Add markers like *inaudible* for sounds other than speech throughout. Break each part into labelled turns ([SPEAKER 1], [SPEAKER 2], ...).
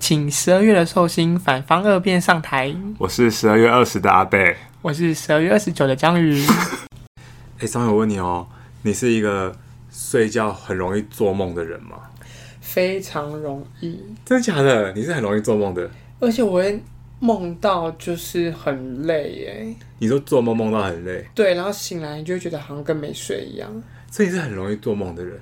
[SPEAKER 1] 请十二月的寿星反方二辩上台。
[SPEAKER 2] 我是十二月二十的阿贝。
[SPEAKER 1] 我是十二月二十九的章鱼。
[SPEAKER 2] 哎，张宇，我问你哦，你是一个睡觉很容易做梦的人吗？
[SPEAKER 1] 非常容易，
[SPEAKER 2] 真的假的？你是很容易做梦的？
[SPEAKER 1] 而且我会梦到就是很累耶，
[SPEAKER 2] 你说做梦梦到很累，
[SPEAKER 1] 对，然后醒来就会觉得好像跟没睡一样。
[SPEAKER 2] 所以你是很容易做梦的人。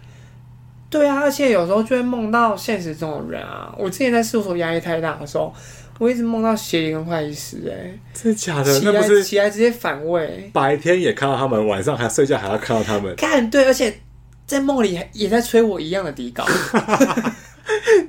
[SPEAKER 1] 对啊，而且有时候就会梦到现实中的人啊。我之前在事务所压力太大的时候，我一直梦到协理跟会计师，哎，
[SPEAKER 2] 真的假的？
[SPEAKER 1] 起
[SPEAKER 2] 那不
[SPEAKER 1] 来
[SPEAKER 2] 是
[SPEAKER 1] 起来直接反胃。
[SPEAKER 2] 白天也看到他们，晚上还睡觉还要看到他
[SPEAKER 1] *laughs*
[SPEAKER 2] 们，
[SPEAKER 1] 干对，而且在梦里还也在催我一样的底稿，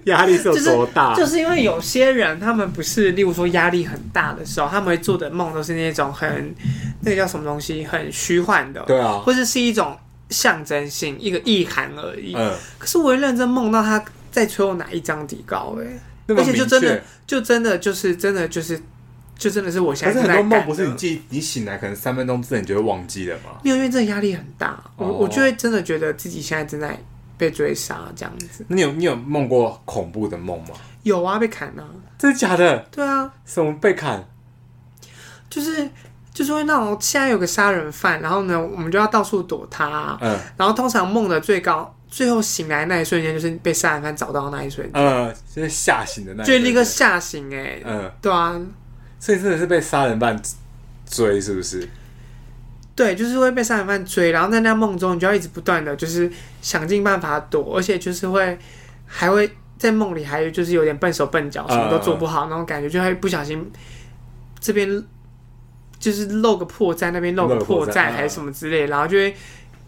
[SPEAKER 2] 压力是有
[SPEAKER 1] 就是
[SPEAKER 2] 多大？
[SPEAKER 1] 就是因为有些人他们不是，例如说压力很大的时候，他们会做的梦都是那种很那个叫什么东西，很虚幻的，
[SPEAKER 2] 对啊，
[SPEAKER 1] 或者是一种象征性一个意涵而已。
[SPEAKER 2] 嗯，
[SPEAKER 1] 可是我会认真梦到他在催我哪一张底稿、哎，
[SPEAKER 2] 那么
[SPEAKER 1] 而且就
[SPEAKER 2] 明
[SPEAKER 1] 真的
[SPEAKER 2] 确
[SPEAKER 1] 就真的就是真的就是就真的是我现
[SPEAKER 2] 可
[SPEAKER 1] 在
[SPEAKER 2] 是
[SPEAKER 1] 正在
[SPEAKER 2] 很多梦
[SPEAKER 1] 干
[SPEAKER 2] 不是
[SPEAKER 1] 的
[SPEAKER 2] 你记，你醒来可能三分钟之内你就会忘记了吗？
[SPEAKER 1] 没有，因为这个压力很大，我、
[SPEAKER 2] 哦
[SPEAKER 1] 我就会真的觉得自己现在正在被追杀这样子。
[SPEAKER 2] 那你有你有梦过恐怖的梦吗？
[SPEAKER 1] 有啊，被砍啊，
[SPEAKER 2] 真的假的？
[SPEAKER 1] 对啊，
[SPEAKER 2] 什么被砍？
[SPEAKER 1] 就是就是会那种现在有个杀人犯，然后呢，我们就要到处躲他、
[SPEAKER 2] 嗯
[SPEAKER 1] 然后通常梦的最高，最后醒来那一瞬间就是被杀人犯找到那一瞬间，
[SPEAKER 2] 呃，就是吓醒的那一
[SPEAKER 1] 就
[SPEAKER 2] 瞬间，
[SPEAKER 1] 立刻吓醒哎、
[SPEAKER 2] 嗯，
[SPEAKER 1] 对啊，
[SPEAKER 2] 所以真的是被杀人犯追，是
[SPEAKER 1] *laughs*
[SPEAKER 2] 不是？
[SPEAKER 1] 对，就是会被杀人犯追，然后在那梦中，你就要一直不断的就是想尽办法躲，而且就是会还会在梦里还就是有点笨手笨脚，什么都做不好、那种感觉，就会不小心这边就是漏个破绽，那边漏个
[SPEAKER 2] 漏个破
[SPEAKER 1] 破
[SPEAKER 2] 绽
[SPEAKER 1] 绽
[SPEAKER 2] 嗯
[SPEAKER 1] 还是什么之类，然后就会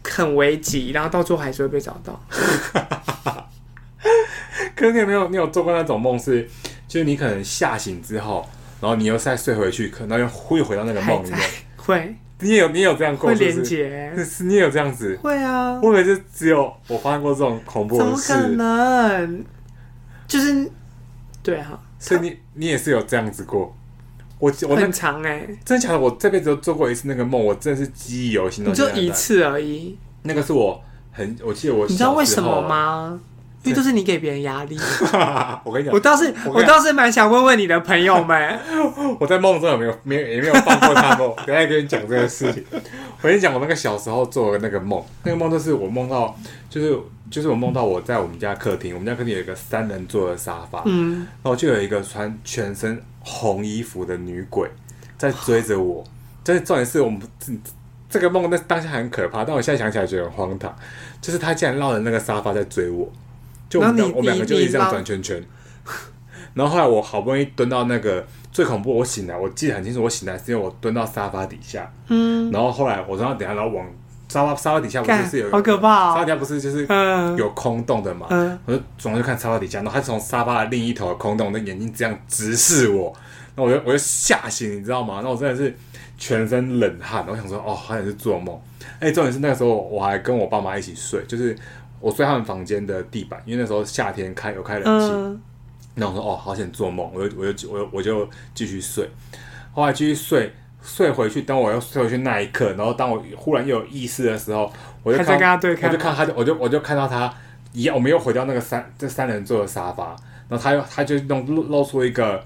[SPEAKER 1] 很危急，然后到最后还是会被找到。
[SPEAKER 2] 可是你有没有你有做过那种梦是，就是你可能吓醒之后，然后你又再睡回去，可能又会回到那个梦里面
[SPEAKER 1] 还。会
[SPEAKER 2] 你也有你也有这样过
[SPEAKER 1] 会
[SPEAKER 2] 是
[SPEAKER 1] 连
[SPEAKER 2] 不是？
[SPEAKER 1] 接，
[SPEAKER 2] 是是你也有这样子？
[SPEAKER 1] 会啊，
[SPEAKER 2] 我以为就只有我发生过这种恐怖
[SPEAKER 1] 怎
[SPEAKER 2] 的
[SPEAKER 1] 么可
[SPEAKER 2] 事，
[SPEAKER 1] 能？就是对啊哈、
[SPEAKER 2] 所以你你也是有这样子过。我我那
[SPEAKER 1] 很长哎、
[SPEAKER 2] 真的假的？我这辈子都做过一次那个梦，我真的是记忆犹新。
[SPEAKER 1] 你
[SPEAKER 2] 到现
[SPEAKER 1] 就
[SPEAKER 2] 在
[SPEAKER 1] 一次而已。
[SPEAKER 2] 那个是我很，我记得我
[SPEAKER 1] 你知道
[SPEAKER 2] 小
[SPEAKER 1] 为
[SPEAKER 2] 时
[SPEAKER 1] 什么
[SPEAKER 2] 候？
[SPEAKER 1] 吗？因为都是你给别人
[SPEAKER 2] *laughs*
[SPEAKER 1] 压力。
[SPEAKER 2] 我跟你讲，
[SPEAKER 1] 我倒是，
[SPEAKER 2] 我
[SPEAKER 1] 我倒是蛮想问问你的朋友
[SPEAKER 2] *laughs*
[SPEAKER 1] 们，
[SPEAKER 2] 我在梦中有没有没有也没有放过他们？我 *laughs* 等一下跟你讲这个事情。我跟你讲，我那个小时候做的那个梦，那个梦就是我梦到，就是就是我梦到我在我们家客厅，我们家客厅有一个三人座的沙发，
[SPEAKER 1] 嗯，
[SPEAKER 2] 然哦后就有一个穿全身红衣服的女鬼在追着我。就是重点是我们这这个梦，那当下很可怕，但我现在想起来觉得很荒唐，就是他竟然绕着那个沙发在追我，就我们
[SPEAKER 1] 然后
[SPEAKER 2] 两
[SPEAKER 1] 你
[SPEAKER 2] 我们两个就一直这样
[SPEAKER 1] 你
[SPEAKER 2] 转圈圈。然后后来我好不容易蹲到那个最恐怖，我醒来，我记得很清楚，我醒来是因为我蹲到沙发底下，
[SPEAKER 1] 嗯，
[SPEAKER 2] 然后后来我然后等一下然后往沙发沙发底下不是
[SPEAKER 1] 干
[SPEAKER 2] 是有一个
[SPEAKER 1] 好可怕
[SPEAKER 2] 沙发
[SPEAKER 1] 哦，
[SPEAKER 2] 底下不
[SPEAKER 1] *laughs*
[SPEAKER 2] 是就是
[SPEAKER 1] 嗯，
[SPEAKER 2] 有空洞的嘛，
[SPEAKER 1] 嗯
[SPEAKER 2] 我就转过去看沙发底下，然后他从沙发的另一头的空洞，那眼睛这样直视我，那我就我就吓醒，你知道吗？那我真的是全身冷汗，我想说哦，好像是做梦。哎，重点是那个时候我还跟我爸妈一起睡，就是我睡他们房间的地板，因为那时候夏天开有开冷气，
[SPEAKER 1] 嗯，
[SPEAKER 2] 那我说哦，好险做梦，我就我就我就我就继续睡，后来继续睡。睡回去，当我要睡回去那一刻，然后当我忽然又有意识的时候，我就
[SPEAKER 1] 还
[SPEAKER 2] 看
[SPEAKER 1] 在跟他对
[SPEAKER 2] 我
[SPEAKER 1] 看
[SPEAKER 2] 就，看他就，我就我就看到他一样，我们又回到那个三这三人座的沙发，然后他又他就弄露露出一个，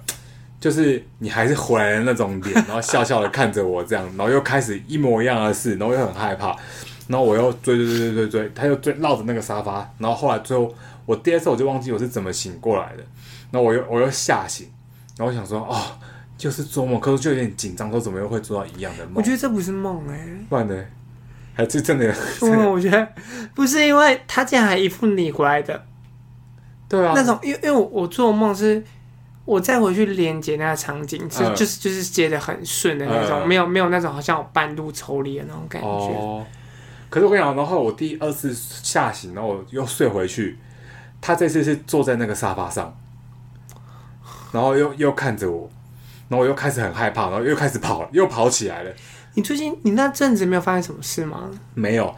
[SPEAKER 2] 就是你还是回来的那种脸，然后笑笑的看着我这样，然后又开始一模一样的事，然后又很害怕，然后我又追追追追追追，他又追绕着那个沙发，然后后来最后我第二次我就忘记我是怎么醒过来的，然后我又我又吓醒，然后我想说哦。就是做梦，可是就有点紧张，说怎么又会做到一样的梦？
[SPEAKER 1] 我觉得这不是梦哎、
[SPEAKER 2] *laughs* 不然呢，还
[SPEAKER 1] *laughs*
[SPEAKER 2] 是真的有真的
[SPEAKER 1] 嗯，我觉得不是因为他竟然还一副你回来的
[SPEAKER 2] 对啊，
[SPEAKER 1] 那种，因为因为我我做梦是。我再回去连接那个场景，是、
[SPEAKER 2] 嗯
[SPEAKER 1] 就是就是接的很顺的那种，
[SPEAKER 2] 嗯
[SPEAKER 1] 没有没有那种好像我半路抽离的那种感觉。
[SPEAKER 2] 哦，可是我跟你讲，然后我第二次吓醒，然后我又睡回去。他这次是坐在那个沙发上，然后又又看着我，然后我又开始很害怕，然后又开始跑，又跑起来了。
[SPEAKER 1] 你最近你那阵子没有发生什么事吗？
[SPEAKER 2] 没有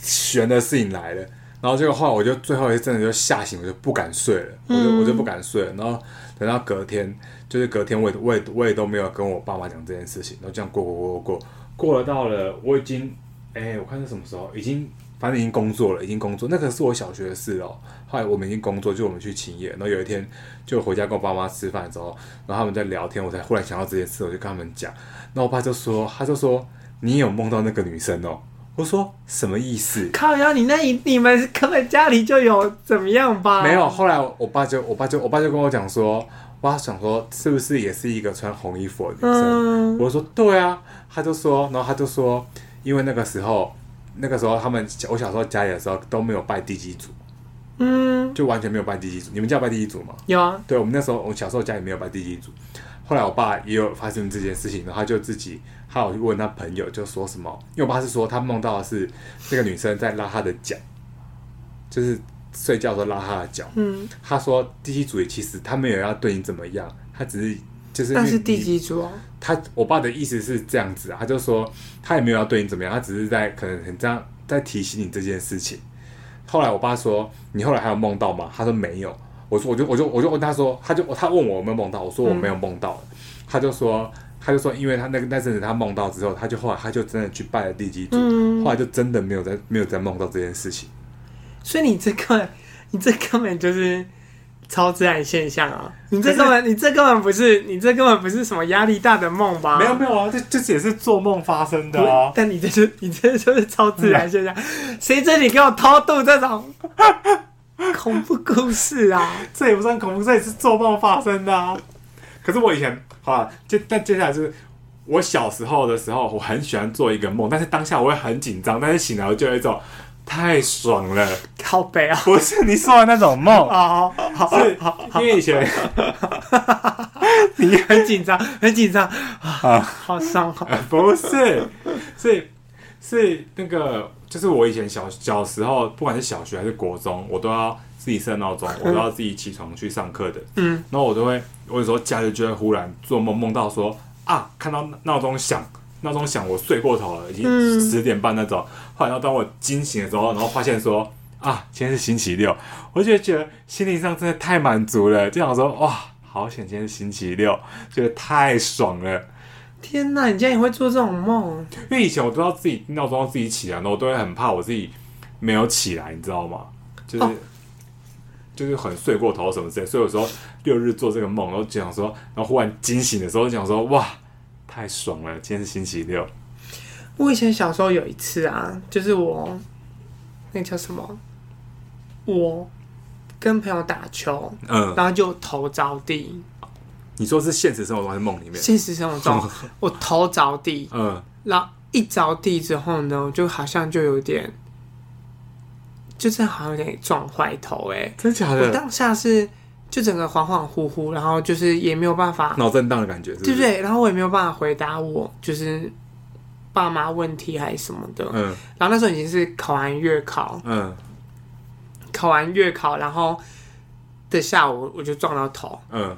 [SPEAKER 2] 悬的事情来了，然后这个话我就最后一阵子就吓醒，我就不敢睡了，我就我就不敢睡了。然后等到隔天，就是隔天我也我也我也都没有跟我爸妈讲这件事情，然后这样过过过过过，过了到了我已经哎、我看是什么时候，已经反正已经工作了，已经工作，那个是我小学的事哦。后来我们已经工作，就我们去勤业，然后有一天就回家跟我爸妈吃饭的时候，然后他们在聊天，我才忽然想到这件事，我就跟他们讲，然后我爸就说，他就说你有梦到那个女生哦。我说什么意思？
[SPEAKER 1] 靠腰，你那你你们根本家里就有怎么样吧？
[SPEAKER 2] 没有，，后来我爸就我爸就我爸就跟我讲说，我爸想说是不是也是一个穿红衣服的女生？
[SPEAKER 1] 嗯，
[SPEAKER 2] 我说对啊，他就说，然后他就说，因为那个时候那个时候他们我小时候家里的时候都没有拜地基主，
[SPEAKER 1] 嗯，
[SPEAKER 2] 就完全没有拜地基主。你们家有拜地基主吗？
[SPEAKER 1] 有啊，
[SPEAKER 2] 对，我们那时候我小时候家里没有拜地基主，后来我爸也有发生这件事情，然后他就自己还有问他朋友，就说什么，因为我爸是说他梦到的是那个女生在拉他的脚，就是睡觉的时候拉他的脚。
[SPEAKER 1] 嗯，
[SPEAKER 2] 他说地基主也其实他没有要对你怎么样，他只是就是
[SPEAKER 1] 但
[SPEAKER 2] 因为
[SPEAKER 1] 是地
[SPEAKER 2] 你
[SPEAKER 1] 基主哦，
[SPEAKER 2] 他我爸的意思是这样子啊，他就说他也没有要对你怎么样，他只是在可能很这样在提醒你这件事情。后来我爸说你后来还有梦到吗？他说没有。我说我就我就我就问他说，他就他问我有没有梦到，我说我没有梦到。他就说他就说，因为他那个那阵子他梦到之后，他就后来他就真的去拜了地基主，
[SPEAKER 1] 嗯
[SPEAKER 2] 后来就真的没有再没有再梦到这件事情。
[SPEAKER 1] 所以你这个你这根本就是超自然现象啊！你这根本你这根本不是你这根本不是什么压力大的梦吧？
[SPEAKER 2] 没有没有啊，这这也是做梦发生的
[SPEAKER 1] 不
[SPEAKER 2] 啊。
[SPEAKER 1] 但你这就你这就是超自然现
[SPEAKER 2] *laughs*
[SPEAKER 1] 象，谁这里给我偷渡这种恐怖故事啊？
[SPEAKER 2] 这也不算恐怖，这也是做梦发生的啊。可是我以前好啊，接但接下来就是我小时候的时候，我很喜欢做一个梦，但是当下我会很紧张，但是醒来我就有一种太爽了，
[SPEAKER 1] 靠北啊！
[SPEAKER 2] 不是你说的那种梦，
[SPEAKER 1] 哦，好，
[SPEAKER 2] 是因为以前
[SPEAKER 1] 你很紧张，很紧张啊，好伤哦。
[SPEAKER 2] 不是是是那个，就是我以前小小时候，不管是小学还是国中，我都要自己设闹钟，我都要自己起床去上课的。
[SPEAKER 1] 嗯，
[SPEAKER 2] 然后我都会，我有时候假日就会忽然做梦，梦到说啊，看到闹钟响，闹钟响，我睡过头了，已经
[SPEAKER 1] 嗯
[SPEAKER 2] 十点半那种。后来然后当我惊醒的时候，然后发现说啊，今天是星期六，我就觉得心灵上真的太满足了，就想说哇，好险今天是星期六，觉得太爽了。
[SPEAKER 1] 天哪，你竟然也会做这种梦？
[SPEAKER 2] 因为以前我都知道自己闹钟要自己起来，然后我都会很怕我自己没有起来，你知道吗？就是、
[SPEAKER 1] 哦
[SPEAKER 2] 就是很睡过头什么之类，所以有时候六日做这个梦，然后就想说，然后忽然惊醒的时候就想说，哇，太爽了！今天是星期六，
[SPEAKER 1] 我以前小时候有一次啊，就是我那叫什么，我跟朋友打球，
[SPEAKER 2] 嗯，
[SPEAKER 1] 然后就头着地，
[SPEAKER 2] 你说是现实生活中还是梦里面？
[SPEAKER 1] 现实生活中我头着地，
[SPEAKER 2] 嗯，
[SPEAKER 1] 然后一着地之后呢，我就好像就有点，就是好像有点撞坏头哎、欸
[SPEAKER 2] 真假
[SPEAKER 1] 我
[SPEAKER 2] 的？
[SPEAKER 1] 当下是就整个恍恍惚惚，然后就是也没有办法，
[SPEAKER 2] 脑震荡的感觉，是不
[SPEAKER 1] 对
[SPEAKER 2] 是？
[SPEAKER 1] 不对？然后我也没有办法回答我就是爸妈问题还是什么的。
[SPEAKER 2] 嗯
[SPEAKER 1] 然后那时候已经是考完月考，
[SPEAKER 2] 嗯
[SPEAKER 1] 考完月考，然后的下午我就撞到头。
[SPEAKER 2] 嗯，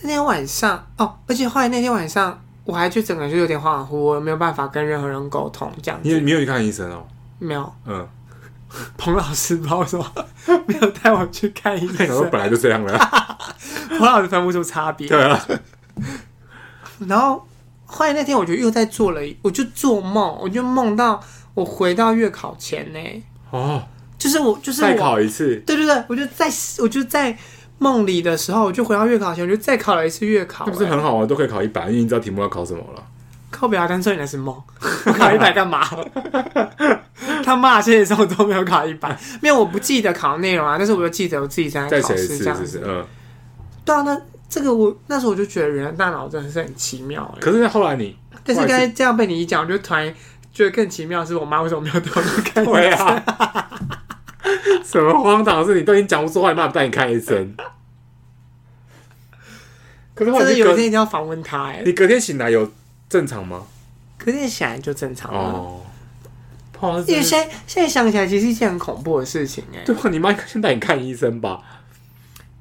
[SPEAKER 1] 那天晚上哦，而且后来那天晚上我还就整个就有点恍恍惚惚，我没有办法跟任何人沟通，这样
[SPEAKER 2] 你有
[SPEAKER 1] 子
[SPEAKER 2] 你有去看医生哦？
[SPEAKER 1] 没有。
[SPEAKER 2] 嗯，
[SPEAKER 1] 彭老师不知道什么 *laughs* 没有带我去看医
[SPEAKER 2] *laughs* 那时候
[SPEAKER 1] 生，
[SPEAKER 2] 本来就这
[SPEAKER 1] *laughs*
[SPEAKER 2] 样了，
[SPEAKER 1] 彭老师分不出差别。
[SPEAKER 2] 对啊，
[SPEAKER 1] *laughs* 然后后来那天我就又在做了一，我就做梦，我就梦到我回到月考前呢，
[SPEAKER 2] 哦，
[SPEAKER 1] 就是我就是
[SPEAKER 2] 再
[SPEAKER 1] 我，
[SPEAKER 2] 考一次，
[SPEAKER 1] 对对对，我就在我就在梦里的时候，我就回到月考前，我就再考了一次月考、
[SPEAKER 2] 那不是
[SPEAKER 1] 欸。
[SPEAKER 2] 很好玩，都可以考一百，因为你知道题目要考什么了。
[SPEAKER 1] 靠北啊，干脆你那是
[SPEAKER 2] *laughs*
[SPEAKER 1] 梦，我考一百干嘛？ *laughs* 他骂现实生活中没有考一百，没有我不记得考内容啊，但是我就记得我自己在
[SPEAKER 2] 再
[SPEAKER 1] 考
[SPEAKER 2] 写一
[SPEAKER 1] 试
[SPEAKER 2] 次，
[SPEAKER 1] 这样
[SPEAKER 2] 是
[SPEAKER 1] 子
[SPEAKER 2] 是。嗯。
[SPEAKER 1] 对啊，那这个我那时候我就觉得人的大脑真的是很奇妙、欸。
[SPEAKER 2] 可是后来你，
[SPEAKER 1] 但是刚才这样被你一讲，我就突然觉得更奇妙，是我妈为什么没有带我去看医生？
[SPEAKER 2] 对
[SPEAKER 1] *laughs*
[SPEAKER 2] 啊，什么荒唐的事你都已经讲不出话，你妈不带你看医生。可是后
[SPEAKER 1] 真
[SPEAKER 2] 来
[SPEAKER 1] 的
[SPEAKER 2] 你
[SPEAKER 1] 有一
[SPEAKER 2] 隔
[SPEAKER 1] 天一定要访问她哎、
[SPEAKER 2] 你隔天醒来有正常吗？
[SPEAKER 1] 可是显然就正常了。
[SPEAKER 2] 哦，好像
[SPEAKER 1] 啊因为
[SPEAKER 2] 是
[SPEAKER 1] 现在现在想起来，其实是一件很恐怖的事情哎、
[SPEAKER 2] 对吧？啊你妈应该先带你看医生吧。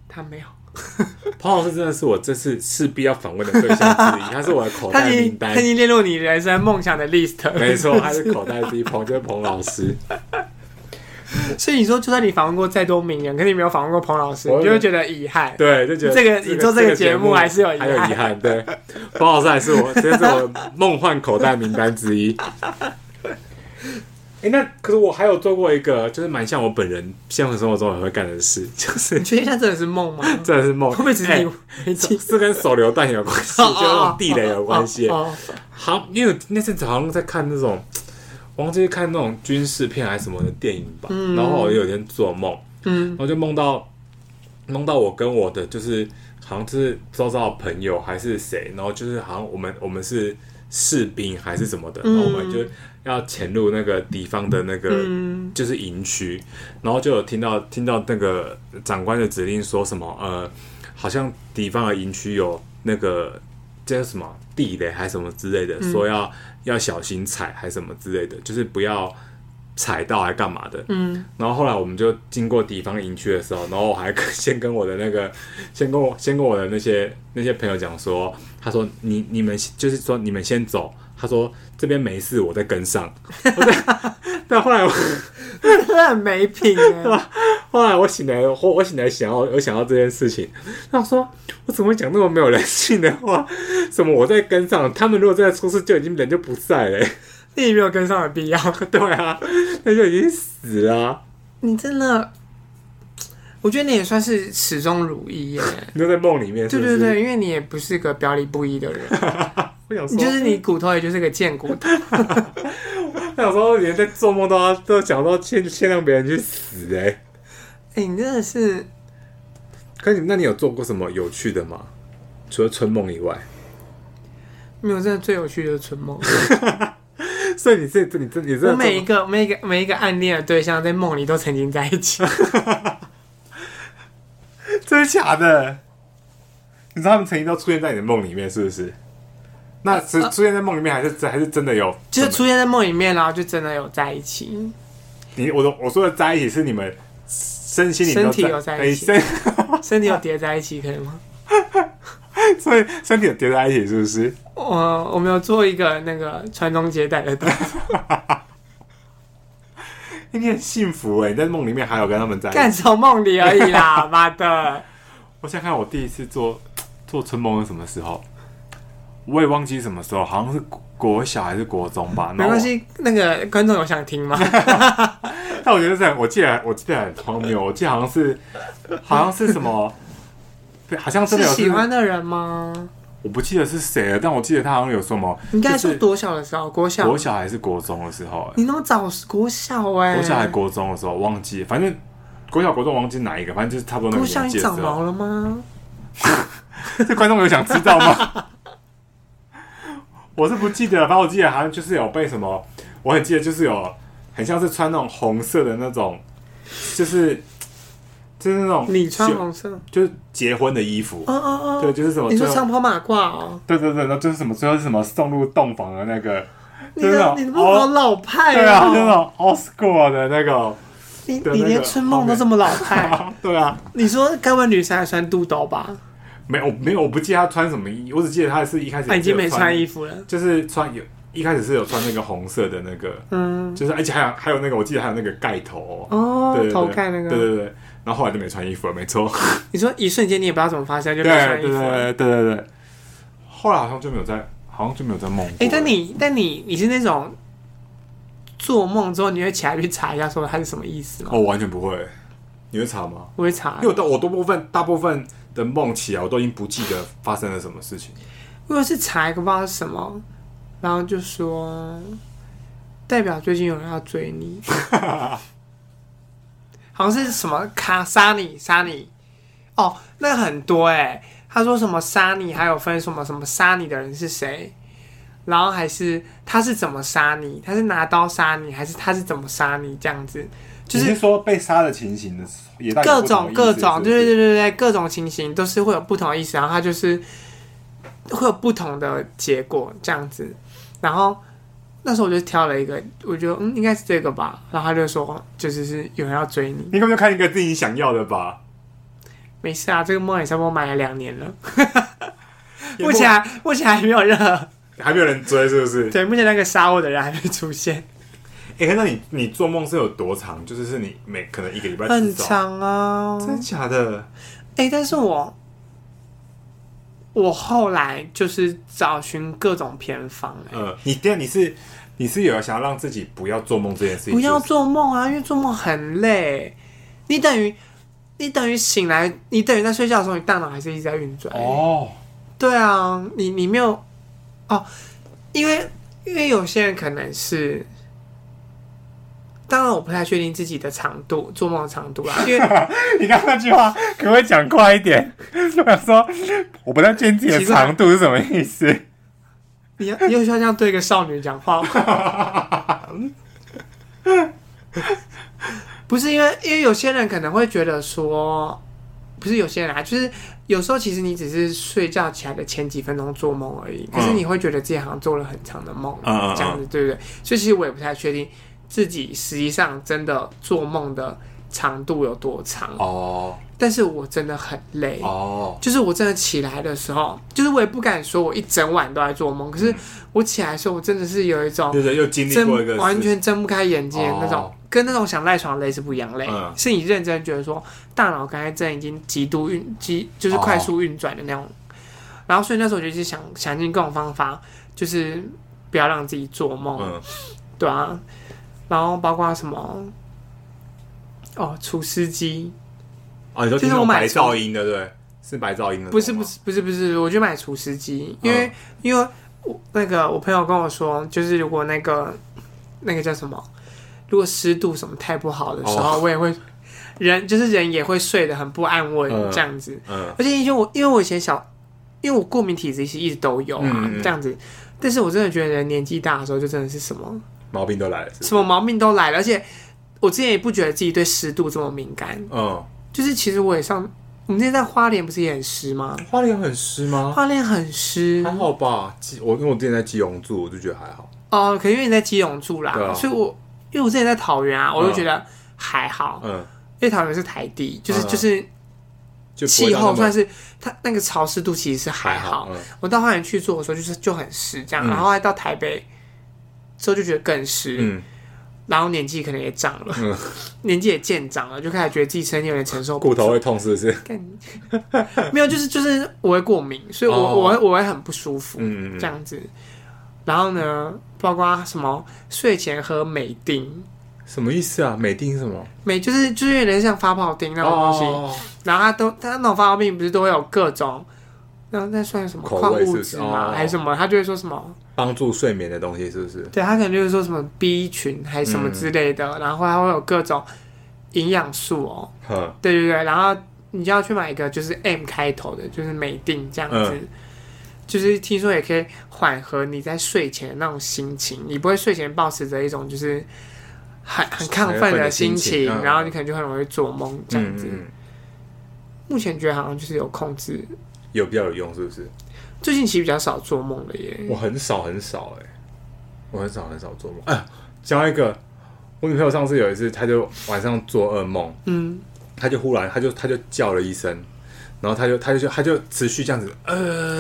[SPEAKER 1] 她没有，
[SPEAKER 2] 彭老师真的是我这次势必要访问的对象之一，他是我的口
[SPEAKER 1] 她
[SPEAKER 2] 袋
[SPEAKER 1] 已
[SPEAKER 2] 名
[SPEAKER 1] 经
[SPEAKER 2] 单
[SPEAKER 1] 她已，经列入你人生梦想的 list。
[SPEAKER 2] 没错，他是口袋第一，彭就是彭老师。
[SPEAKER 1] 所以你说，就算你访问过再多名人，可是你没有访问过彭老师，
[SPEAKER 2] 我
[SPEAKER 1] 你就会觉得遗憾。
[SPEAKER 2] *laughs* 对，就觉得
[SPEAKER 1] 这个你做这个节目还是有遗
[SPEAKER 2] 还有遗憾。对， *laughs* 包
[SPEAKER 1] *laughs*
[SPEAKER 2] 老师还是我，这是我梦幻口袋名单之一。哎、那可是我还有做过一个，就是蛮像我本人现实生活中也会干的事，就
[SPEAKER 1] *laughs*
[SPEAKER 2] 是
[SPEAKER 1] 你确定那真的是梦
[SPEAKER 2] *laughs*
[SPEAKER 1] 吗？
[SPEAKER 2] 真的是梦，
[SPEAKER 1] 会不会只是
[SPEAKER 2] 哎
[SPEAKER 1] 你没
[SPEAKER 2] 这
[SPEAKER 1] 记？
[SPEAKER 2] 这跟手榴弹有关系，
[SPEAKER 1] 哦
[SPEAKER 2] 就
[SPEAKER 1] 哦
[SPEAKER 2] 是那种地雷有关系。
[SPEAKER 1] 哦，哦
[SPEAKER 2] 好，因为那阵子好像在看那种，我忘记看那种军事片还是什么的电影吧。
[SPEAKER 1] 嗯
[SPEAKER 2] 然后我有一天做梦，
[SPEAKER 1] 嗯
[SPEAKER 2] 然后就梦到梦到我跟我的就是好像就是周遭的朋友还是谁，然后就是好像我们我们是士兵还是什么的，然后我们就要潜入那个敌方的那个
[SPEAKER 1] 嗯
[SPEAKER 2] 就是营区，然后就有听到听到那个长官的指令说什么呃，好像敌方的营区有那个叫什么地雷还是什么之类的，说要要小心踩还是什么之类的，就是不要踩到还干嘛的。
[SPEAKER 1] 嗯， *laughs*
[SPEAKER 2] 然后后来我们就经过敌方营区的时候，然后我还跟先跟我的那个， *laughs* 先跟我先跟我的那些那些朋友讲说，他说你你们就是说你们先走，他说这边没事，我再跟上。 *laughs* 我在但后来我
[SPEAKER 1] 很没品
[SPEAKER 2] *laughs*
[SPEAKER 1] 哎，
[SPEAKER 2] 后来我醒来，我我醒来想要我想到这件事情，他说我怎么会讲那么没有人性的话？什么我在跟上，他们如果真的出事，就已经人就不在了、 *laughs*
[SPEAKER 1] 你没有跟上的必要。
[SPEAKER 2] 对啊，那就已经死了啊、
[SPEAKER 1] 你真的，我觉得你也算是始终如一
[SPEAKER 2] *laughs*
[SPEAKER 1] 耶。
[SPEAKER 2] 你就在梦里面是
[SPEAKER 1] 对
[SPEAKER 2] 不是，
[SPEAKER 1] 对对，因为你也不是个表里不一
[SPEAKER 2] *laughs*
[SPEAKER 1] 的人，
[SPEAKER 2] 我想说，
[SPEAKER 1] 你就是你骨头也就是个贱骨头。 *laughs*
[SPEAKER 2] *laughs* 那有时候连在做梦都要都想到先先让别人去死哎、
[SPEAKER 1] 哎、你真的是，
[SPEAKER 2] 可你那你有做过什么有趣的吗？除了春梦以外，
[SPEAKER 1] 没有真的最有趣就是春梦。
[SPEAKER 2] 所以你这你这你这
[SPEAKER 1] 我每一个每一个每一个暗恋的对象在梦里都曾经在一
[SPEAKER 2] *laughs*
[SPEAKER 1] 起。
[SPEAKER 2] *laughs* 真的假的？你知道他们曾经都出现在你的梦里面是不是？那是出现在梦里面还是还是真的有？
[SPEAKER 1] 就是出现在梦里面，然后就真的有在一起。
[SPEAKER 2] 你我的我说的在一起是你们身心灵都
[SPEAKER 1] 身体有在一起
[SPEAKER 2] 哎
[SPEAKER 1] 身体有叠在一起，可以吗？
[SPEAKER 2] 身 *laughs* 所以身体有叠在一起是不是？
[SPEAKER 1] 我我们有做一个那个传宗接代的动作，
[SPEAKER 2] 哎你很幸福哎、你在梦里面还有跟他们在一
[SPEAKER 1] *laughs*
[SPEAKER 2] 起。
[SPEAKER 1] 干从梦里而已啦，妈
[SPEAKER 2] *laughs*
[SPEAKER 1] 的！
[SPEAKER 2] 我想看我第一次做做春梦是什么时候，我也忘记什么时候，好像是国国小还是国中吧。
[SPEAKER 1] 没关，系，那个观众有想听吗？
[SPEAKER 2] 但我觉得是很，我记得我记得很荒谬，我记得好像是好像是什么，对，好像 *laughs* 真
[SPEAKER 1] 是
[SPEAKER 2] 的有
[SPEAKER 1] 喜欢，的人吗？
[SPEAKER 2] 我不记得是谁了，但我记得他好像有什么，
[SPEAKER 1] 你刚才
[SPEAKER 2] 就
[SPEAKER 1] 说
[SPEAKER 2] 是
[SPEAKER 1] 多嗯小的时候？国小？
[SPEAKER 2] 国小还是国中的时候、
[SPEAKER 1] 你那么早？国小哎、
[SPEAKER 2] 欸，国小还国中的时候忘记，反正国小国中忘记哪一个，反正就是差不多那
[SPEAKER 1] 国
[SPEAKER 2] 个
[SPEAKER 1] 小
[SPEAKER 2] 年
[SPEAKER 1] 你
[SPEAKER 2] 纪的时
[SPEAKER 1] 长
[SPEAKER 2] 候
[SPEAKER 1] 毛。了吗？
[SPEAKER 2] *laughs* 这观众有想知道吗？ *laughs* 我是不记得，反正我记得好像就是有被什么，我很记得就是有很像是穿那种红色的那种，就是就是那种
[SPEAKER 1] 你穿
[SPEAKER 2] 就
[SPEAKER 1] 红色？哦
[SPEAKER 2] 就是结婚的衣服，
[SPEAKER 1] 哦
[SPEAKER 2] 对，
[SPEAKER 1] 哦！
[SPEAKER 2] 啊就是什么
[SPEAKER 1] 你说
[SPEAKER 2] 最后
[SPEAKER 1] 长袍马褂哦？
[SPEAKER 2] 对对对，然后就是什么最后是什么送入洞房的那个，
[SPEAKER 1] 你
[SPEAKER 2] 就是
[SPEAKER 1] 的
[SPEAKER 2] 那种哦
[SPEAKER 1] 你的好哦老派
[SPEAKER 2] 啊对啊，就是那
[SPEAKER 1] 哦！
[SPEAKER 2] 种 Oscar 的那个， *laughs*
[SPEAKER 1] 你
[SPEAKER 2] 对啊
[SPEAKER 1] 你
[SPEAKER 2] 那
[SPEAKER 1] 连
[SPEAKER 2] 个
[SPEAKER 1] 春梦
[SPEAKER 2] 后
[SPEAKER 1] 都
[SPEAKER 2] 面
[SPEAKER 1] 这么老派，
[SPEAKER 2] 对啊，
[SPEAKER 1] *laughs* 你说该问女生还穿肚兜吧？
[SPEAKER 2] 没有没有，我不记得他穿什么衣，我只记得他是一开始
[SPEAKER 1] 啊已经没
[SPEAKER 2] 有
[SPEAKER 1] 穿衣服了。
[SPEAKER 2] 就是穿有一开始是有穿那个红色的那个，
[SPEAKER 1] 嗯，
[SPEAKER 2] 就是而且还有还有那个，我记得还有那个盖头、哦，
[SPEAKER 1] 哦
[SPEAKER 2] 对对，对
[SPEAKER 1] 头盖那个，
[SPEAKER 2] 对对对。然后后来就没穿衣服了，
[SPEAKER 1] *laughs*
[SPEAKER 2] 没错，
[SPEAKER 1] 你说一瞬间你也不知道怎么发生，就
[SPEAKER 2] 对
[SPEAKER 1] 没穿
[SPEAKER 2] 对
[SPEAKER 1] 衣服
[SPEAKER 2] 对
[SPEAKER 1] 了。
[SPEAKER 2] 对对对对。后来好像就没有在，好像就没有在梦过了。
[SPEAKER 1] 哎、但你但你你是那种做梦之后你会起来去查一下说它是什么意思吗？
[SPEAKER 2] 哦，我完全不会，你会查吗？
[SPEAKER 1] 我会查
[SPEAKER 2] 因为，我大我多部分大部分的梦起来，我都已经不记得发生了什么事情。
[SPEAKER 1] 如果是查一个不知道是什么，然后就说代表最近有人要追你，好像是什么卡杀你杀你，哦，那很多哎、他说什么杀你，还有分什么什么杀你的人是谁，然后还是他是怎么杀你，他是拿刀杀你，还是他是怎么杀你这样子，就是
[SPEAKER 2] 你说被杀的情形的，也代表
[SPEAKER 1] 各
[SPEAKER 2] 不同
[SPEAKER 1] 种
[SPEAKER 2] 的
[SPEAKER 1] 各
[SPEAKER 2] 意思
[SPEAKER 1] 种，
[SPEAKER 2] 是不
[SPEAKER 1] 对
[SPEAKER 2] 是
[SPEAKER 1] 对对对对，各种情形都是会有不同的意思，然后它就是会有不同的结果这样子。然后那时候我就挑了一个，我觉得嗯应该是这个吧，然后他就说就是是有人要追你，
[SPEAKER 2] 你根本就看一个自己想要的吧。
[SPEAKER 1] 没事啊，这个梦也差不多买了两年了，
[SPEAKER 2] 也
[SPEAKER 1] 目
[SPEAKER 2] 不
[SPEAKER 1] 前还目前还没有任何
[SPEAKER 2] 还没有人追，是不是？
[SPEAKER 1] 对目前那个杀我的人还没出现，
[SPEAKER 2] 哎、那你你做梦是有多长？就是是你每可能一个礼拜
[SPEAKER 1] 很
[SPEAKER 2] 至少，
[SPEAKER 1] 长啊，
[SPEAKER 2] 真的假的？
[SPEAKER 1] 哎、但是我我后来就是找寻各种偏方、哎。
[SPEAKER 2] 呃，你这样你是你是有想要让自己不要做梦这件事情，
[SPEAKER 1] 不要
[SPEAKER 2] 就是
[SPEAKER 1] 做梦啊，因为做梦很累。你等于你等于醒来，你等于在睡觉的时候，你大脑还是一直在运转。
[SPEAKER 2] *laughs* 哦，
[SPEAKER 1] 对啊，你你没有哦，因为因为有些人可能是，当然我不太确定自己的长度，做梦的长度啦，因为
[SPEAKER 3] 你刚刚那句话可不可以讲快一
[SPEAKER 2] *laughs*
[SPEAKER 3] 点？我想说，我不太确定自己的长度是什么意思。
[SPEAKER 1] 你要你有需要这样对一个少女讲话吗？ *laughs* 不是因为，因为有些人可能会觉得说，不是有些人啊，就是有时候其实你只是睡觉起来的前几分钟做梦而已，可是你会觉得自己好像做了很长的梦，
[SPEAKER 2] 嗯嗯嗯
[SPEAKER 1] 这样子对不对？所以其实我也不太确定自己实际上真的做梦的长度有多长，
[SPEAKER 2] 哦
[SPEAKER 1] 但是我真的很累
[SPEAKER 2] 哦，
[SPEAKER 1] 就是我真的起来的时候，就是我也不敢说我一整晚都在做梦，可是我起来的时候，我真的是有一种
[SPEAKER 2] 就是又经历
[SPEAKER 1] 睁
[SPEAKER 2] 过一个事
[SPEAKER 1] 完全睁不开眼睛的那种，
[SPEAKER 2] 哦
[SPEAKER 1] 跟那种想赖床的累是不一样累，
[SPEAKER 2] 嗯
[SPEAKER 1] 是你认真觉得说大脑刚才真的已经极度运极就是快速运转的那种，
[SPEAKER 2] 哦
[SPEAKER 1] 然后所以那时候我就一直想想尽各种方法，就是不要让自己做梦，
[SPEAKER 2] 嗯
[SPEAKER 1] 对啊，然后包括什么哦，除湿机。
[SPEAKER 2] 哦，你说
[SPEAKER 1] 就是
[SPEAKER 2] 听那
[SPEAKER 1] 我
[SPEAKER 2] 种
[SPEAKER 1] 买
[SPEAKER 2] 白
[SPEAKER 1] 书
[SPEAKER 2] 噪音的对不对，是白噪音的，
[SPEAKER 1] 不是不，是不是不是，我就买除湿机，因为、
[SPEAKER 2] 嗯
[SPEAKER 1] 因为我那个我朋友跟我说，就是如果那个那个叫什么，如果湿度什么太不好的时候，
[SPEAKER 2] 哦
[SPEAKER 1] 我也会人就是人也会睡得很不安稳、
[SPEAKER 2] 嗯
[SPEAKER 1] 这样子。
[SPEAKER 2] 嗯
[SPEAKER 1] 而且因为我因为我以前小，因为我过敏体质一直都有啊，
[SPEAKER 2] 嗯嗯嗯
[SPEAKER 1] 这样子。但是我真的觉得人年纪大的时候，就真的是什么
[SPEAKER 2] 毛病都来了，是不是
[SPEAKER 1] 什么毛病都来了，而且我之前也不觉得自己对湿度这么敏感，
[SPEAKER 2] 嗯，
[SPEAKER 1] 就是其实我也上。我们之前在花莲不是也很湿吗？
[SPEAKER 2] 花莲很湿吗？
[SPEAKER 1] 花莲很湿
[SPEAKER 2] 还好吧，基我因为我之前在基隆住，我就觉得还好。
[SPEAKER 1] 哦，可能因为你在基隆住啦，
[SPEAKER 2] 对啊
[SPEAKER 1] 所以我因为我之前在桃园啊，我就
[SPEAKER 2] 嗯
[SPEAKER 1] 觉得还好，
[SPEAKER 2] 嗯，
[SPEAKER 1] 因为桃园是台地，就是、
[SPEAKER 2] 嗯嗯
[SPEAKER 1] 就是
[SPEAKER 2] 就不会
[SPEAKER 1] 气
[SPEAKER 2] 到那
[SPEAKER 1] 候
[SPEAKER 2] 么
[SPEAKER 1] 算是它那个潮湿度其实是还
[SPEAKER 2] 还
[SPEAKER 1] 好。
[SPEAKER 2] 好。嗯
[SPEAKER 1] 我到花园去做的时候，就是就很湿这样，
[SPEAKER 2] 嗯
[SPEAKER 1] 然后还到台北之后就觉得更湿，
[SPEAKER 2] 嗯，
[SPEAKER 1] 然后年纪可能也长了，
[SPEAKER 2] 嗯
[SPEAKER 1] *laughs* 年纪也渐长了，就开始觉得自己身体有点承受不
[SPEAKER 2] 骨头
[SPEAKER 1] 住。
[SPEAKER 2] 会痛是不是？
[SPEAKER 1] 干 *laughs* 没有，就是就是我会过敏，所以我、
[SPEAKER 2] 哦
[SPEAKER 1] 我会我会很不舒服。
[SPEAKER 2] 嗯嗯嗯
[SPEAKER 1] 这样子。然后呢，包括什么睡前喝美丁，
[SPEAKER 2] *laughs* 什么意思啊？美定是什么？
[SPEAKER 1] 美就是就是有点像发泡丁那种东西。
[SPEAKER 2] 哦
[SPEAKER 1] 然后它都它那种发泡病不是都会有各种，那那算什么
[SPEAKER 2] 口味
[SPEAKER 1] 矿
[SPEAKER 2] 是
[SPEAKER 1] 物
[SPEAKER 2] 不是
[SPEAKER 1] 质吗？
[SPEAKER 2] 哦
[SPEAKER 1] 还是什么？他就会说什么？
[SPEAKER 2] 帮助睡眠的东西是不是？
[SPEAKER 1] 对他可能就是说什么 B 群还是什
[SPEAKER 2] 嗯
[SPEAKER 1] 么之类的，然后它会有各种营养素哦，
[SPEAKER 2] 哼，
[SPEAKER 1] 对对对，然后你就要去买一个就是 M 开头的，就是美定这样子。
[SPEAKER 2] 嗯
[SPEAKER 1] 就是听说也可以缓和你在睡前的那种心情，你不会睡前保持着一种就是很很亢奋的心
[SPEAKER 2] 很亢奋的心
[SPEAKER 1] 情，
[SPEAKER 2] 情嗯
[SPEAKER 1] 然后你可能就很容易做梦这样子。
[SPEAKER 2] 嗯嗯嗯
[SPEAKER 1] 目前觉得好像就是有控制，
[SPEAKER 2] 有比较有用是不是？
[SPEAKER 1] 最近其实比较少做梦了耶。
[SPEAKER 2] 我很少很少哎、嗯我很少很少做梦。哎呀，讲到一个，我女朋友上次有一次，她就晚上做噩梦，
[SPEAKER 1] 嗯，
[SPEAKER 2] 她就忽然，她就她就叫了一声，然后她就她就她就持续这样子，呃，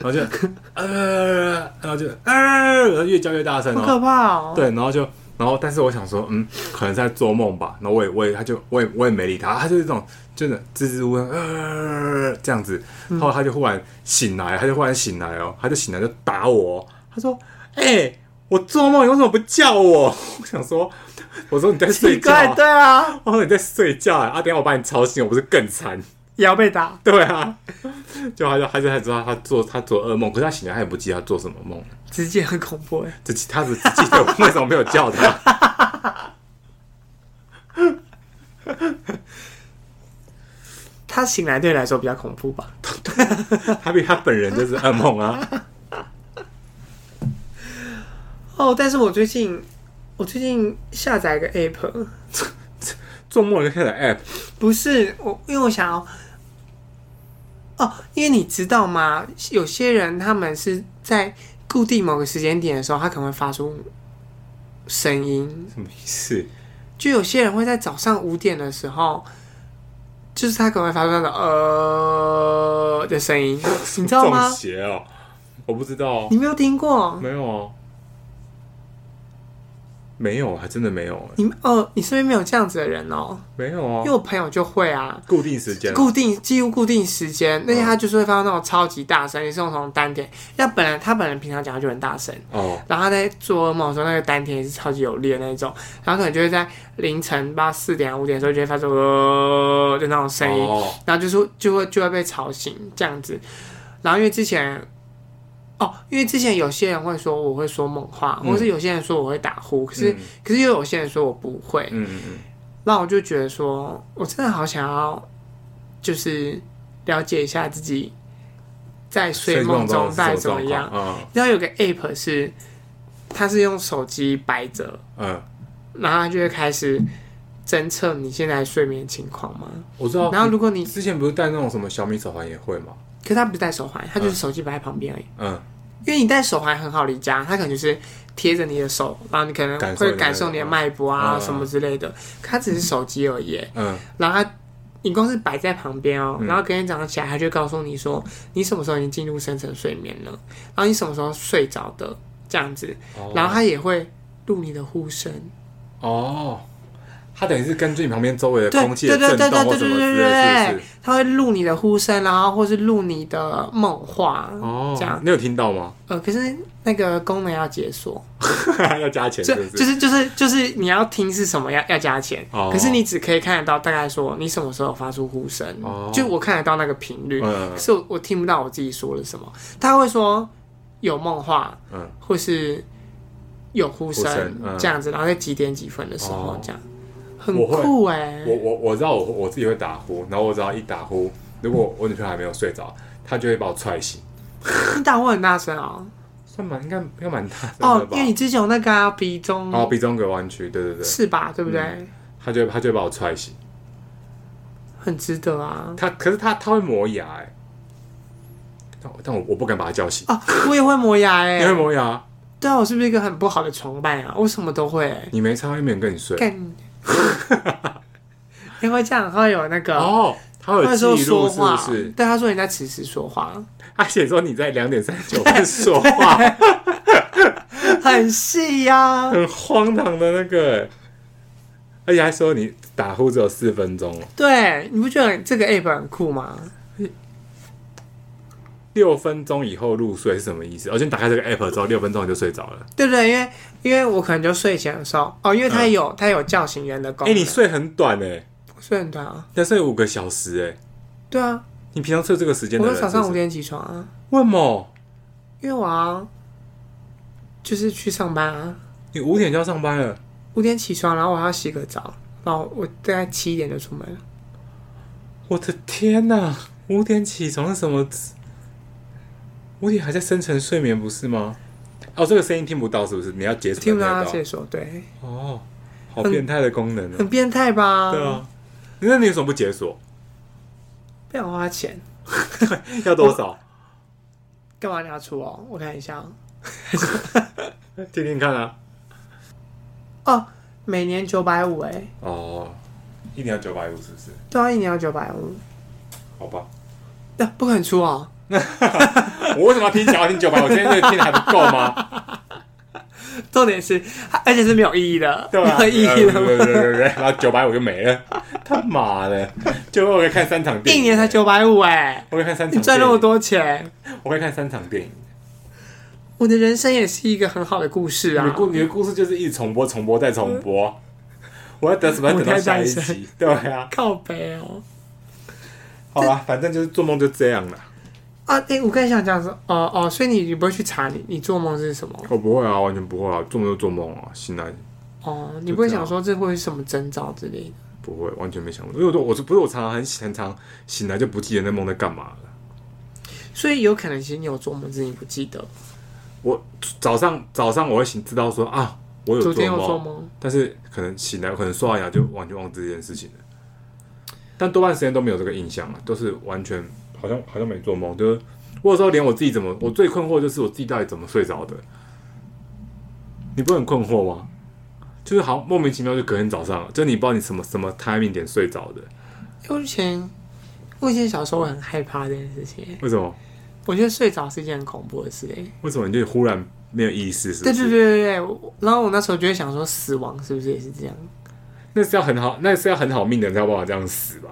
[SPEAKER 2] 然后就 *laughs* 呃，然后就呃，然后越叫越大声，
[SPEAKER 1] 好
[SPEAKER 2] 然后
[SPEAKER 1] 可怕哦。，
[SPEAKER 2] 对，然后就，然后但是我想说，嗯，可能是在做梦吧。然后我也我也他就我也我也没理他，他就是这种真的支支吾吾呃这样子。
[SPEAKER 1] 嗯
[SPEAKER 2] 后来他就忽然醒来，他就忽然醒来哦，他就醒来就打我，他说：“哎、我做梦，你为什么不叫我？”我想说，我说你在睡
[SPEAKER 1] *laughs* 奇
[SPEAKER 2] 觉
[SPEAKER 1] 怪，
[SPEAKER 2] 啊，
[SPEAKER 1] 对啊，
[SPEAKER 2] 我说你在睡觉啊，啊等一下我把你吵醒，我不是更惨？ *laughs*
[SPEAKER 1] 也要被打。
[SPEAKER 2] 对啊，就他就他就他知道他做他做噩梦，可是他醒来他也不记得他做什么梦。
[SPEAKER 1] 直接很恐怖哎，
[SPEAKER 2] 只记他只只记得我为什么没有叫他。
[SPEAKER 1] *laughs* 他醒来对你来说比较恐怖吧？
[SPEAKER 2] 他比他本人就是噩
[SPEAKER 1] *laughs*
[SPEAKER 2] 梦啊。
[SPEAKER 1] 哦，但是我最近我最近下载一个 app，
[SPEAKER 2] 做梦就下载 app，
[SPEAKER 1] 不是我，因为我想要。哦，因为你知道吗？有些人他们是在固定某个时间点的时候，他可能会发出声音。
[SPEAKER 2] 什么意思？
[SPEAKER 1] 就有些人会在早上五点的时候，就是他可能会发出那种呃的声音，你知道吗
[SPEAKER 2] 中？邪哦，我不知道哦，
[SPEAKER 1] 你没有听过？
[SPEAKER 2] 没有哦。没有，还真的没有，
[SPEAKER 1] 你哦，你身边没有这样子的人哦，
[SPEAKER 2] 没有
[SPEAKER 1] 因为
[SPEAKER 2] 啊，
[SPEAKER 1] 我朋友就会啊，
[SPEAKER 2] 固定时间啊，
[SPEAKER 1] 固定几乎固定时间，那些他就是会发出那种超级大声，也是那种丹田。那本来他本人平常讲话就很大声，
[SPEAKER 2] 哦，
[SPEAKER 1] 然后他在做噩梦的时候，那个丹田也是超级有力的那种，然后可能就会在凌晨八四点五点的时候就会发出呃的那种声音，
[SPEAKER 2] 哦，
[SPEAKER 1] 然后就是就会就会被吵醒这样子。然后因为之前，哦，因为之前有些人会说我会说梦话，
[SPEAKER 2] 嗯
[SPEAKER 1] 或是有些人说我会打呼，可是、
[SPEAKER 2] 嗯
[SPEAKER 1] 可是又有些人说我不会，
[SPEAKER 2] 嗯嗯嗯，
[SPEAKER 1] 那我就觉得说我真的好想要，就是了解一下自己在睡梦中在怎么样。
[SPEAKER 2] 嗯
[SPEAKER 1] 然后有个 app 是，它是用手机摆着，
[SPEAKER 2] 嗯，
[SPEAKER 1] 然后它就会开始侦测你现在睡眠情况嘛。
[SPEAKER 2] 我知道。
[SPEAKER 1] 然后如果你，
[SPEAKER 2] 之前不是戴那种什么小米手环也会吗？
[SPEAKER 1] 可是它不是戴手环，它就是手机摆在旁边而已。
[SPEAKER 2] 嗯，
[SPEAKER 1] 因为你戴手环很好离家，它可能就是贴着你的手，然后你可能
[SPEAKER 2] 感受你
[SPEAKER 1] 会
[SPEAKER 2] 的
[SPEAKER 1] 感受你的脉搏啊
[SPEAKER 2] 嗯
[SPEAKER 1] 什么之类的。可它只是手机而已耶，
[SPEAKER 2] 嗯，
[SPEAKER 1] 然后它你光是摆在旁边哦，
[SPEAKER 2] 嗯
[SPEAKER 1] 然后隔天早上起来，它就告诉你说你什么时候已经进入深层睡眠了，然后你什么时候睡着的这样子，
[SPEAKER 2] 哦
[SPEAKER 1] 然后它也会录你的呼声，
[SPEAKER 2] 哦，它等于是根据你旁边周围的
[SPEAKER 1] 对
[SPEAKER 2] 空气的
[SPEAKER 1] 对对
[SPEAKER 2] 震
[SPEAKER 1] 对
[SPEAKER 2] 动或
[SPEAKER 1] 对
[SPEAKER 2] 什
[SPEAKER 1] 对
[SPEAKER 2] 么
[SPEAKER 1] 对
[SPEAKER 2] 之类的，是
[SPEAKER 1] 对
[SPEAKER 2] 不是？，
[SPEAKER 1] 它会录你的呼声，然后或是录你的梦话，
[SPEAKER 2] 哦，
[SPEAKER 1] 这样
[SPEAKER 2] 你有听到吗？ *laughs*
[SPEAKER 1] 呃，可是那个功能要解锁，
[SPEAKER 2] 要加钱
[SPEAKER 1] 就是
[SPEAKER 2] 不？
[SPEAKER 1] 就是是就是就是你要听是什么要要加钱，
[SPEAKER 2] 哦
[SPEAKER 1] 可是你只可以看得到大概说你什么时候发出呼声，
[SPEAKER 2] 哦
[SPEAKER 1] 就我看得到那个频率，
[SPEAKER 2] 嗯
[SPEAKER 1] 可是我我听不到我自己说了什么。他会说有梦话，
[SPEAKER 2] 嗯，
[SPEAKER 1] 或是有呼声
[SPEAKER 2] 呼声嗯
[SPEAKER 1] 这样子，然后在几点几分的时候
[SPEAKER 2] 哦
[SPEAKER 1] 这样，很
[SPEAKER 2] 我会
[SPEAKER 1] 酷哎、
[SPEAKER 2] 我我我知道我我自己会打呼，然后我只要一打呼，如果我女朋友还没有睡着，她就会把我踹醒，
[SPEAKER 1] 你打呼很大声哦、
[SPEAKER 2] 算蛮应该应该蛮大声的
[SPEAKER 1] 哦，
[SPEAKER 2] 吧
[SPEAKER 1] 因为？你之前有那个、啊、鼻中、
[SPEAKER 2] 哦，鼻中嗯隔弯曲，对对对，
[SPEAKER 1] 是吧？对不对？
[SPEAKER 2] 她就会她就会把我踹醒，
[SPEAKER 1] 很值得啊。
[SPEAKER 2] 她可是她她会磨牙哎，但我但我我不敢把她叫醒，
[SPEAKER 1] 啊，我也会磨牙哎、
[SPEAKER 2] 你会磨牙？
[SPEAKER 1] 对啊，我是不是一个很不好的床伴啊？我什么都会、欸，
[SPEAKER 2] 你没差，又没人跟你睡
[SPEAKER 1] 干你， *laughs* 因为这样会有那个，
[SPEAKER 2] 哦，她有
[SPEAKER 1] 那时候
[SPEAKER 2] 记
[SPEAKER 1] 说
[SPEAKER 2] 录是不
[SPEAKER 1] 话，
[SPEAKER 2] 是？
[SPEAKER 1] 对他说你在此时说话， *laughs*
[SPEAKER 2] 她写说你在两点三十九分说话，
[SPEAKER 1] 很细啊呀、
[SPEAKER 2] 很荒唐的那个，欸而且还说你打呼只有四分钟哦。
[SPEAKER 1] 对，你不觉得这个 app 很酷吗？
[SPEAKER 2] 六分钟以后入睡是什么意思？而、哦、且你打开这个 app 之后，六分钟你就睡着了。
[SPEAKER 1] 对不对？因为因为我可能就睡前的时候，哦，因为它
[SPEAKER 2] 嗯
[SPEAKER 1] 有、它有叫醒人的功
[SPEAKER 2] 哎、
[SPEAKER 1] 能。
[SPEAKER 2] 你睡很短哎、
[SPEAKER 1] 我睡很短啊？
[SPEAKER 2] 你才睡五个小时哎、
[SPEAKER 1] 对啊，
[SPEAKER 2] 你平常睡这个时间的
[SPEAKER 1] 我
[SPEAKER 2] 人
[SPEAKER 1] 都早
[SPEAKER 2] 是不是
[SPEAKER 1] 上五，点起床啊，
[SPEAKER 2] 为什么？
[SPEAKER 1] 因为我要就是去上班啊，
[SPEAKER 2] 你五点就要上班了？
[SPEAKER 1] 五点起床，然后我要洗个澡，然后我大概七点就出门了。
[SPEAKER 2] 我的天哪、五点起床是什么？五点还在深层睡眠不是吗？哦，这个声音听不到是不是？你要解锁才
[SPEAKER 1] 听
[SPEAKER 2] 听
[SPEAKER 1] 不
[SPEAKER 2] 得
[SPEAKER 1] 到他
[SPEAKER 2] 到
[SPEAKER 1] 自己说，对，
[SPEAKER 2] 哦，好变态的功能哦、
[SPEAKER 1] 很变态吧？
[SPEAKER 2] 对，啊，那你为什么不解锁？
[SPEAKER 1] 不想花钱，
[SPEAKER 2] 要多少？
[SPEAKER 1] 干嘛你要出哦？我看一下哦，
[SPEAKER 2] 听听看啊。
[SPEAKER 1] 哦，每年九百五哎，
[SPEAKER 2] 哦，一年要九百五是不是？
[SPEAKER 1] 对啊，一年要九百五，
[SPEAKER 2] 好吧。
[SPEAKER 1] 那、不肯出哦。
[SPEAKER 2] 我为什么要听想要听九百？我今天这个听的还不够吗？
[SPEAKER 1] 重点是，而且是没有意义的，
[SPEAKER 2] 对吧、啊
[SPEAKER 1] 没有意义的。
[SPEAKER 2] 对对对对，然后九百我就没了，他妈的！九百我可以看三场电
[SPEAKER 1] 一
[SPEAKER 2] 影，
[SPEAKER 1] 年才，九百五哎，
[SPEAKER 2] 我可以看三场，
[SPEAKER 1] 你赚那么，多钱，
[SPEAKER 2] 我可以看三场电影。
[SPEAKER 1] 我的人生也是一个很好的故事
[SPEAKER 2] 你的
[SPEAKER 1] 啊。
[SPEAKER 2] 故你的故事就是一直重播、重播再重播，我要等什么？等到下一
[SPEAKER 1] 我太单
[SPEAKER 2] 集？对啊，
[SPEAKER 1] 靠背哦。
[SPEAKER 2] 好吧，反正就是做梦就这样了。
[SPEAKER 1] 啊，哎、我刚才想讲说，哦哦，所以你你不会去查你你做梦是什么？
[SPEAKER 2] 我不会啊，完全不会啊，做梦就做梦啊，醒来
[SPEAKER 1] 哦，你不会想说这会是什么征兆之类的？
[SPEAKER 2] 不会，完全没想过。因为我都我是不是我常常很很常醒来就不记得那梦在干嘛了。
[SPEAKER 1] 所以有可能其实你有做梦，只是你不记得。
[SPEAKER 2] 我早上早上我会醒，知道说啊，我有
[SPEAKER 1] 昨
[SPEAKER 2] 做
[SPEAKER 1] 天有
[SPEAKER 2] 梦，
[SPEAKER 1] 做梦，
[SPEAKER 2] 但是可能醒来可能刷完牙就完全忘记这件事情了。但多半时间都没有这个印象啊，都是完全好像好像没做梦，就是我有时候连我自己怎么，我最困惑就是我自己到底怎么睡着的。你不会很困惑吗？就是好像莫名其妙就隔天早上了，就你不知道你什么什么 timing 点睡着的，
[SPEAKER 1] 因为我以前我以前小时候我很害怕这件事情，
[SPEAKER 2] 为什么？
[SPEAKER 1] 我觉得睡着是一件很恐怖的事哎。
[SPEAKER 2] 为什么你就忽然没有意思，是不
[SPEAKER 1] 对
[SPEAKER 2] 是？
[SPEAKER 1] 对对对对，我然后我那时候就会想说，死亡是不是也是这样？
[SPEAKER 2] 那是要很好，那是要很好命的人才有办法这样死吧？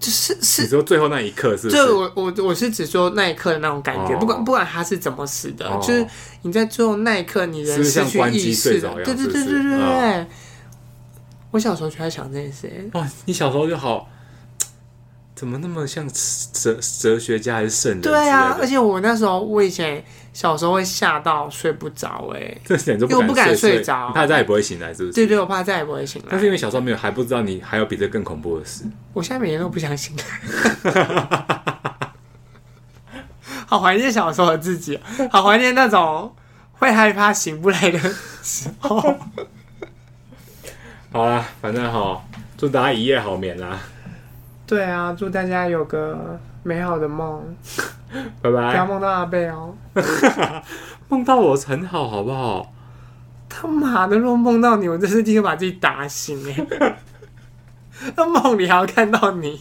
[SPEAKER 1] 就是
[SPEAKER 2] 你
[SPEAKER 1] 是，
[SPEAKER 2] 说最后那一刻是不？
[SPEAKER 1] 就是我我我是指说那一刻的那种感觉，
[SPEAKER 2] 哦
[SPEAKER 1] 不管不管他是怎么死的，
[SPEAKER 2] 哦
[SPEAKER 1] 就是你在最后那一刻，你人
[SPEAKER 2] 是不是
[SPEAKER 1] 失
[SPEAKER 2] 像
[SPEAKER 1] 去
[SPEAKER 2] 关
[SPEAKER 1] 意
[SPEAKER 2] 机
[SPEAKER 1] 识
[SPEAKER 2] 睡
[SPEAKER 1] 的
[SPEAKER 2] 着，一
[SPEAKER 1] 对
[SPEAKER 2] 样
[SPEAKER 1] 对
[SPEAKER 2] 是不
[SPEAKER 1] 对
[SPEAKER 2] 是
[SPEAKER 1] 对对
[SPEAKER 2] 嗯
[SPEAKER 1] 对。我小时候就在想这件事，欸
[SPEAKER 2] 哇，你小时候就好，怎么那么像哲哲学家还是圣人之类的？
[SPEAKER 1] 对啊，而且我那时候我以前小时候会吓到睡不着，哎，
[SPEAKER 2] 这点就
[SPEAKER 1] 因为我不敢
[SPEAKER 2] 睡
[SPEAKER 1] 睡着
[SPEAKER 2] 你怕再也不会醒来，是不是？
[SPEAKER 1] 对对，我怕再也不会醒
[SPEAKER 2] 但
[SPEAKER 1] 来。
[SPEAKER 2] 是因为小时候没有，还不知道你还有比这更恐怖的事。
[SPEAKER 1] 我现在每天都不想醒来。 *laughs* 好怀念小时候的自己，啊好怀念那种会害怕醒不来的时候。
[SPEAKER 2] 好啦，反正哈，祝大家一夜好眠啦，
[SPEAKER 1] 对啊，祝大家有个美好的梦，
[SPEAKER 2] 拜
[SPEAKER 1] 不要
[SPEAKER 2] 拜。
[SPEAKER 1] 梦到阿贝哦。
[SPEAKER 2] 梦到我很好，好不好？
[SPEAKER 1] 他妈的，如果梦到你，我真是立刻把自己欸 *laughs* 打醒哎、那梦里还要看到你。